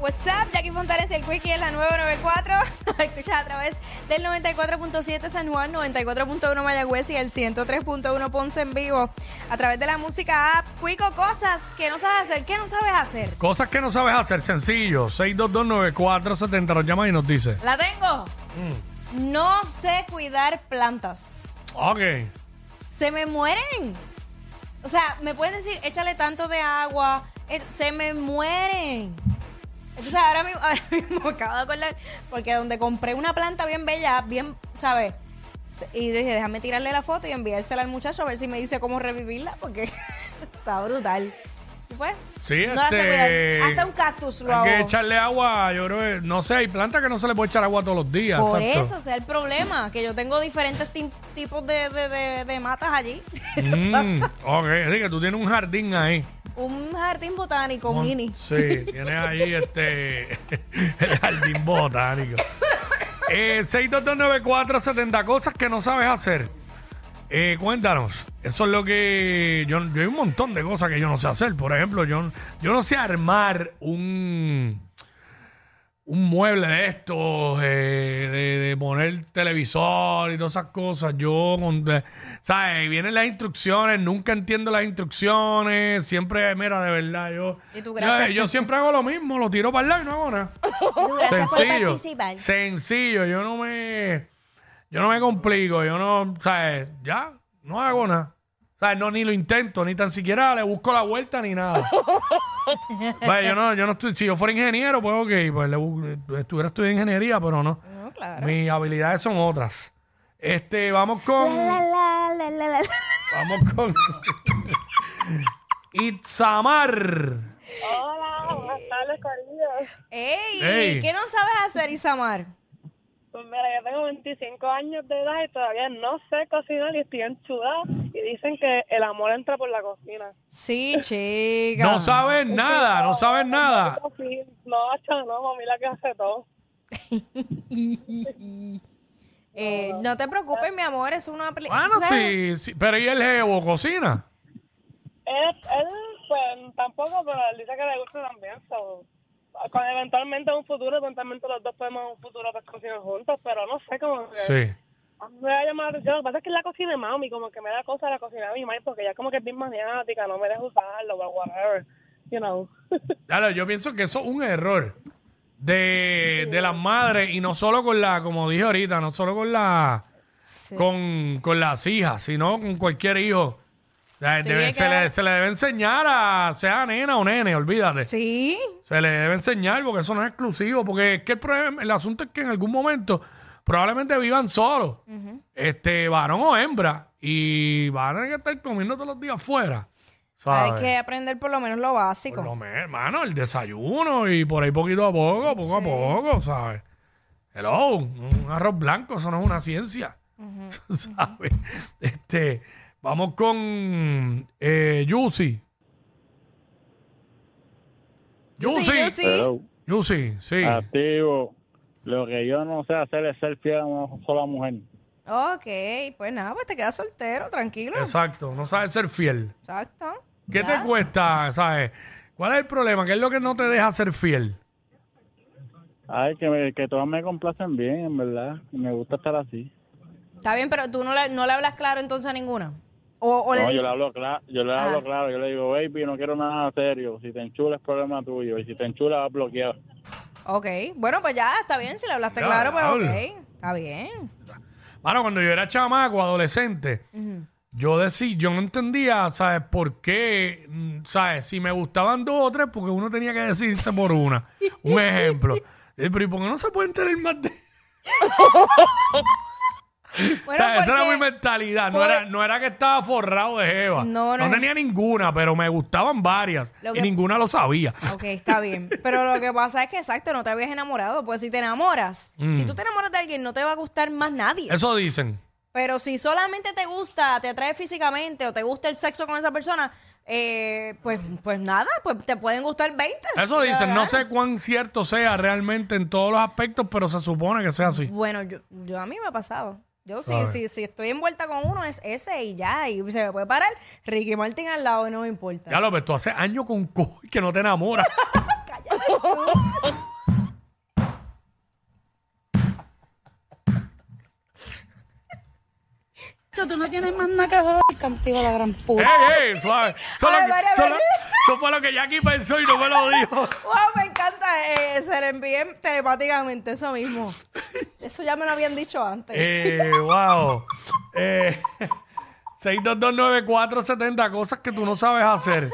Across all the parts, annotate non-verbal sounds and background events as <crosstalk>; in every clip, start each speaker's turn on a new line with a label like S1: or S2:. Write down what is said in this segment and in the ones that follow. S1: What's up, Jackie Fontanes, el Quickie en la 994. <laughs> Escuchas a través del 94.7 San Juan, 94.1 Mayagüez y el 103.1 Ponce en vivo. A través de la música app, Cuico, cosas que no sabes hacer, ¿qué no sabes hacer?
S2: Cosas que no sabes hacer, sencillo. 6229470 nos llama y nos dice.
S1: ¿La tengo? No sé cuidar plantas.
S2: Ok.
S1: Se me mueren. O sea, me pueden decir, échale tanto de agua, eh, se me mueren. Entonces ahora mismo, <laughs> ahora mismo acabo de acordar, porque donde compré una planta bien bella, bien, ¿sabes? Se- Y dije, déjame tirarle la foto y enviársela al muchacho a ver si me dice cómo revivirla, porque <laughs> está brutal. Y pues,
S2: Sí,
S1: no la sé
S2: este,
S1: cuidar. Hasta un cactus lo
S2: Hay que
S1: hago.
S2: echarle agua, yo creo que, no sé, hay plantas que no se le puede echar agua todos los días.
S1: Por
S2: exacto.
S1: eso, o sea, el problema, que yo tengo diferentes tim- tipos de, de- de- de matas allí.
S2: Mm, ok, así que tú tienes un jardín ahí.
S1: <laughs> un jardín botánico mini.
S2: Sí, tienes ahí este <laughs> el jardín botánico. Eh, 6229470 cosas que no sabes hacer. Eh, cuéntanos, eso es lo que yo, yo hay un montón de cosas que yo no sé hacer. Por ejemplo, yo, yo no sé armar un un mueble de estos, eh, de, de poner televisor y todas esas cosas. Yo, con- de- ¿sabes? Vienen las instrucciones, nunca entiendo las instrucciones, siempre, mira, de verdad, yo...
S1: Y tú,
S2: yo,
S1: gracias.
S2: yo siempre hago lo mismo, lo tiro para el lado y no hago nada.
S1: Oh,
S3: Gracias por
S2: Sencillo.
S3: participar.
S2: Sencillo, yo no me... Yo no me complico, yo no, ¿sabes? Ya, no hago nada. ¿Sabes? No, ni lo intento, ni tan siquiera le busco la vuelta ni nada.
S3: <laughs>
S2: Vaya, yo no, yo no estoy, si yo fuera ingeniero, pues ok, pues le bu- estuviera estudiando ingeniería, pero no.
S1: No, claro.
S2: Mis habilidades son otras. Este, vamos con.
S3: La, la, la, la, la, la. <laughs>
S2: Vamos con. Itzamar.
S4: Hola, buenas tardes, queridos.
S1: ¡Ey!
S2: Ey.
S1: ¿Qué no sabes hacer, Isamar?
S4: Pues mira, yo tengo 25 años de edad y todavía no sé cocinar y estoy enchudada. Y dicen que el amor entra por la cocina.
S1: Sí, chica.
S2: No
S1: <laughs>
S2: sabes nada, Ah, no sabes nada.
S4: No, hacha, no, mami la que hace todo.
S1: Eh, no te preocupes, mi amor, es una aplicación.
S2: Bueno, Ah, sí, sí, pero ¿y el jevo cocina?
S4: Él, él, pues tampoco, pero él dice que le gusta también. So. Con- eventualmente en un futuro, eventualmente los dos podemos en un futuro pues, cocinar juntos, pero no sé cómo.
S2: Sí.
S4: Ah, Me va a llamar la atención. Lo que pasa es que es la cocina de mami, como que me da cosa la cocina de mi mami, porque ella como que es bien maniática, no me deja usarlo, but whatever, you
S5: <laughs>
S4: know.
S2: Claro, yo pienso que eso es un error de, de las madres y no solo con la, como dije ahorita, no solo con la.
S1: Sí.
S2: con, con las hijas, sino con cualquier hijo. O sea,
S1: Sí,
S2: debe-
S1: es
S2: se,
S1: que-
S2: le, se le debe enseñar a, sea nena o nene, olvídate.
S1: Sí.
S2: Se le debe enseñar porque eso no es exclusivo, porque es que el, problema- el asunto es que en algún momento probablemente vivan solos, este varón o hembra, y van a tener que estar comiendo todos los días afuera.
S1: Hay
S2: ¿sabes?
S1: que aprender por lo menos lo básico.
S2: Por lo menos, hermano, el desayuno y por ahí poquito a poco, poco a poco, ¿sabes? Hello, un arroz blanco, eso no es una ciencia, <laughs> ¿sabes? Este, vamos con eh, Yusi.
S1: Yusi,
S2: Yusi,
S1: Yusi.
S6: Hello.
S2: Yusi, sí.
S6: Ah. Activo. Lo que yo no sé hacer es ser fiel a una sola mujer.
S1: Ok, pues nada, pues te quedas soltero, tranquilo.
S2: Exacto, no sabes ser fiel.
S1: Exacto.
S2: ¿Qué
S1: Ya.
S2: te cuesta, sabes? ¿Cuál es el problema? ¿Qué es lo que no te deja ser fiel?
S6: Ay, que, me- que todas me complacen bien, en verdad. Y me gusta estar así.
S1: Está bien, pero tú no le, no le hablas claro entonces a ninguna. O, o le
S6: No, yo
S1: dices.
S6: le hablo claro, yo le
S1: Ah.
S6: hablo claro. Yo le digo, baby, no quiero nada serio. Si te enchula es problema tuyo. Y si te enchula vas bloqueado.
S1: Ok, bueno, pues ya, está bien, si le hablaste
S2: Ya,
S1: claro, pues
S2: habla.
S1: ok. Está bien.
S2: Bueno, cuando yo era chamaco, adolescente, yo decía, yo no entendía, ¿sabes? ¿Por qué? mm, ¿Sabes? Si me gustaban dos o tres, porque uno tenía que decidirse por una. Un ejemplo. Eh, Pero ¿y por qué no se pueden tener más de...? O
S1: Bueno,
S2: sea, esa era
S1: porque-
S2: mi mentalidad. No
S1: por-
S2: era, no era que estaba forrado de jeva.
S1: No, no.
S2: tenía ninguna, pero me gustaban varias.
S1: Lo
S2: Y
S1: que-
S2: ninguna lo sabía.
S1: Ok, está bien. Pero lo que pasa es que, exacto, no te habías enamorado. Pues si te enamoras, si tú te enamoras de alguien, no te va a gustar más nadie.
S2: Mm. Eso dicen.
S1: Pero si solamente te gusta, te atrae físicamente o te gusta el sexo con esa persona, eh, pues, pues nada, pues te pueden gustar 20.
S2: Eso dicen. No sé cuán cierto sea realmente en todos los aspectos, pero se supone que sea así.
S1: Bueno, yo, yo a mí me ha pasado. Yo sí,
S2: Suave.
S1: sí, sí, estoy envuelta con uno, es ese y ya. Y se me puede parar Ricky Martin al lado y no me importa. <laughs>
S2: Ya lo ves, tú hace años con co- que no te enamoras.
S7: Eso, tú no tienes más nada que joder contigo, la gran
S2: ¡Ey,
S7: puta.
S1: <laughs>
S2: ey! Suave. Solo
S1: Ay,
S2: que-
S1: vale,
S2: solo-
S1: vale.
S2: Eso fue lo que Jackie pensó y no me
S1: <laughs>
S2: lo dijo.
S1: Wow, me encanta. eh, se le envíen telepáticamente eso mismo. Eso ya me lo habían dicho antes.
S2: Eh, wow. Eh, <laughs> 6229470, cosas que tú no sabes hacer.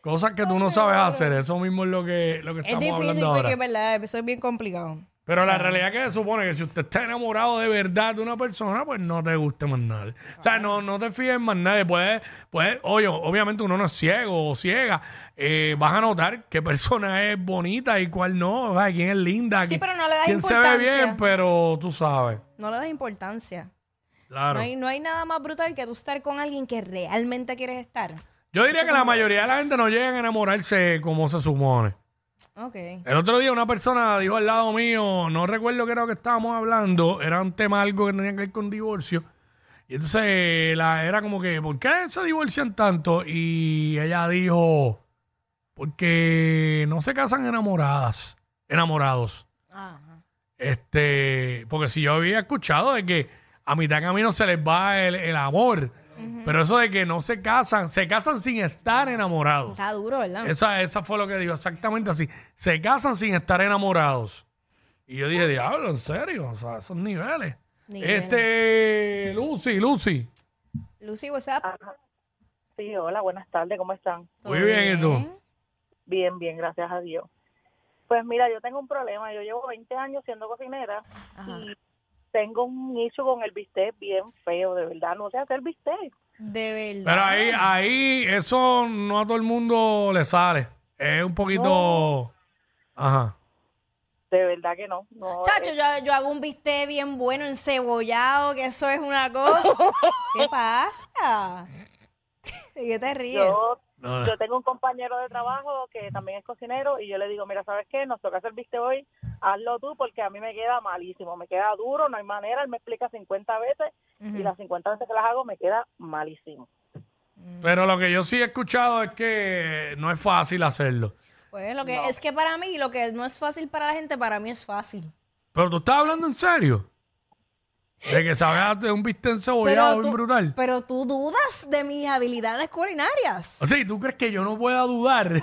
S2: Cosas que tú no sabes hacer. Eso mismo es lo que, lo que
S1: es
S2: estamos
S1: difícil
S2: hablando ahora.
S1: porque es verdad, eso es bien complicado.
S2: Pero la realidad que se supone que si usted está enamorado de verdad de una persona, pues no te guste más nadie. O sea, no, no te fíes más nadie. Puedes, puedes, oye, obviamente uno no es ciego o ciega. Eh, vas a notar qué persona es bonita y cuál no, o sea, quién es linda.
S1: Sí,
S2: quién-
S1: pero no le das
S2: quién se ve
S1: importancia.
S2: bien, pero tú sabes.
S1: No le das importancia.
S2: Claro.
S1: No, hay, no hay nada más brutal que tú estar con alguien que realmente quieres estar.
S2: Yo diría que la mayoría de la gente no llega a enamorarse como se supone.
S1: Ok.
S2: El otro día una persona dijo al lado mío, no recuerdo qué era lo que estábamos hablando, era un tema algo que tenía que ver con divorcio. Y entonces la, era como que, ¿por qué se divorcian tanto? Y ella dijo, porque no se casan enamoradas, enamorados.
S1: Ajá.
S2: Este, porque si yo había escuchado de que a mitad de camino se les va el, el amor, pero eso de que no se casan, se casan sin estar enamorados.
S1: Está duro, ¿verdad?
S2: Esa, esa fue lo que dijo, exactamente así. Se casan sin estar enamorados. Y yo dije, diablo, en serio, o sea, esos niveles.
S1: Niveles.
S2: Este, Lucy, Lucy.
S1: Lucy, WhatsApp.
S5: Sí, hola, buenas tardes, ¿cómo están?
S2: Muy bien, ¿y tú?
S5: Bien, bien, gracias a Dios. Pues mira, yo tengo un problema, yo llevo 20 años siendo cocinera
S1: Ajá.
S5: y tengo un nicho con el bistec bien feo, de verdad, no sé hacer bistec.
S1: De verdad.
S2: Pero ahí, ah, ahí, eso no a todo el mundo le sale. Es un poquito. Ajá.
S5: De verdad que no. no
S1: Chacho,
S5: eh,
S1: yo, yo hago un bistec bien bueno, encebollado, que eso es una
S2: <laughs>
S1: cosa. ¿Qué pasa? ¿De qué te ríes?
S5: yo,
S2: No,
S5: yo tengo un compañero de trabajo que también es cocinero y yo le digo, mira, ¿sabes qué? Nos toca hacer bistec hoy, hazlo tú porque a mí me queda malísimo, me queda duro, no hay manera, él me explica 50 veces y las 50 veces que las hago me queda malísimo.
S2: Pero lo que yo sí he escuchado es que no es fácil hacerlo.
S1: Pues lo que es que para mí, lo que no es fácil para la gente, para mí es fácil.
S2: Pero tú estás hablando en serio. De que sabes de un bistec encebollado
S1: Pero
S2: bien
S1: tú,
S2: Oh, brutal.
S1: pero tú dudas de mis habilidades culinarias.
S2: O sea, ¿y tú crees que yo no pueda
S5: <laughs>
S2: dudar?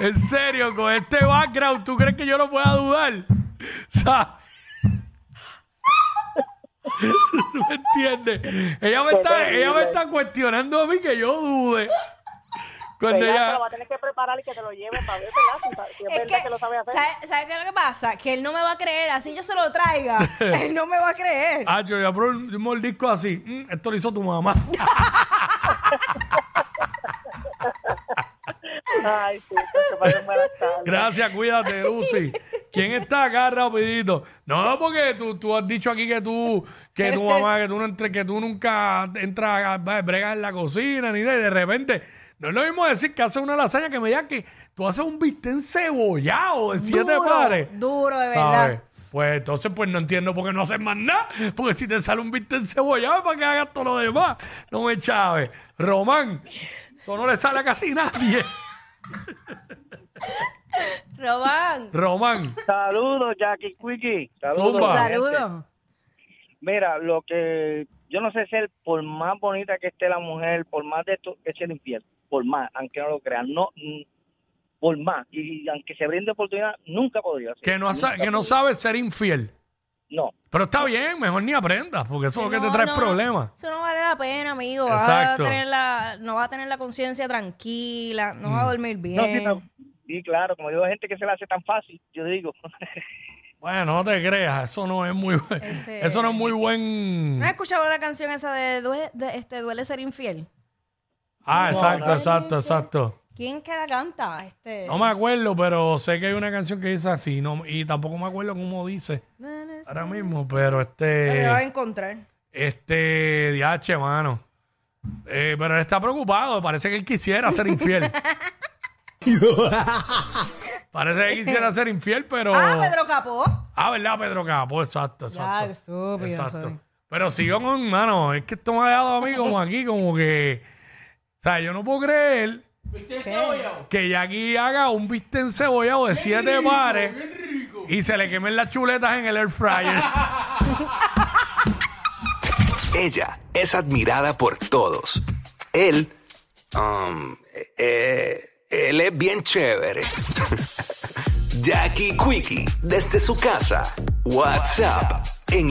S2: en serio, con este background, ¿tú crees que yo no pueda dudar? O sea, <laughs> ¿tú me entiendes? Ella me, está, ella me está cuestionando a mí que yo dude. Cuando
S5: Pero
S2: ella...
S5: lo va a tener que preparar y que te lo lleve para ver, ¿verdad? Si, si es, verdad que, lo sabe hacer.
S1: ¿sabe- sabe qué es lo que pasa? Que él no me va a creer, así yo se lo traiga.
S2: <laughs>
S1: <laughs> él no me va a creer.
S2: Ah, yo ya probé un un mordisco así. Mm, esto lo hizo tu mamá.
S5: Ay, sí, que pasen buenas tardes.
S2: Gracias,
S1: <laughs>
S2: cuídate, Lucy. ¿Quién está acá rapidito? No, porque tú, tú has dicho aquí que tú, que tu mamá, que tú no entre, que tú nunca entras a a bregar en la cocina ni nada, y de repente. No es lo mismo decir que haces una lasaña que me digas que tú haces un bistec encebollado de siete
S1: duro,
S2: pares.
S1: duro, de
S2: ¿Sabes?
S1: verdad.
S2: Pues entonces pues no entiendo por qué no haces más nada. Porque si te sale un bistec encebollado, ¿para que hagas todo lo demás? No me chaves. Román, eso no le sale a casi nadie.
S1: Robán,
S2: Román.
S6: Saludos, Jackie Quickie.
S2: Zumba.
S6: gente.
S1: saludos.
S6: Mira, lo que yo no sé si el- por más bonita que esté la mujer, por más de esto que sea el infiel, por más, aunque no lo crean, no, mm, por más, y, aunque se brinde oportunidad, nunca podría ser.
S2: Que no, sa-
S6: Nunca
S2: que no
S6: podría.
S2: sabes ser infiel.
S6: No.
S2: Pero está bien, mejor ni aprendas, porque eso es lo que
S1: No,
S2: te trae
S1: no,
S2: problemas.
S1: no, Eso no vale la pena, amigo.
S2: Exacto.
S1: Vas a tener la, no va a tener la conciencia tranquila, no
S2: Mm.
S1: va a dormir bien.
S6: No,
S2: Eh.
S6: sí, no. Y claro, como digo, hay gente que se la hace tan fácil, yo digo, <laughs>
S2: Bueno, no te creas, eso no es muy buen-
S1: Ese-
S2: eso no es muy buen.
S1: ¿No has escuchado la canción esa de, due- de, este, Duele ser infiel?
S2: Ah,
S6: No,
S2: exacto,
S6: no.
S2: exacto, exacto.
S1: ¿Quién que la canta? Este...
S2: No me acuerdo, pero sé que hay una canción que dice así, no, y tampoco me acuerdo cómo dice ahora mismo, pero
S1: Pero la vas a
S2: este,
S1: encontrar.
S2: este, diache, mano. Eh, pero él está preocupado, parece que él quisiera
S1: <laughs>
S2: ser infiel. parece que quisiera ser infiel, pero.
S1: Ah, Pedro Capó.
S2: Ah, ¿verdad, Pedro Capo? Exacto, exacto.
S1: Ya, qué estúpido,
S2: exacto.
S1: sorry.
S2: Pero sigo con, mano, es que esto me ha dejado a mí como aquí, como que. O sea, yo no puedo creer Que Jackie haga un bistec encebollado de siete pares y se le quemen las chuletas en el air fryer.
S8: Ella es admirada por todos. Él, um, eh, él es bien chévere. <laughs> Jackie Quickie, desde su casa. What's up?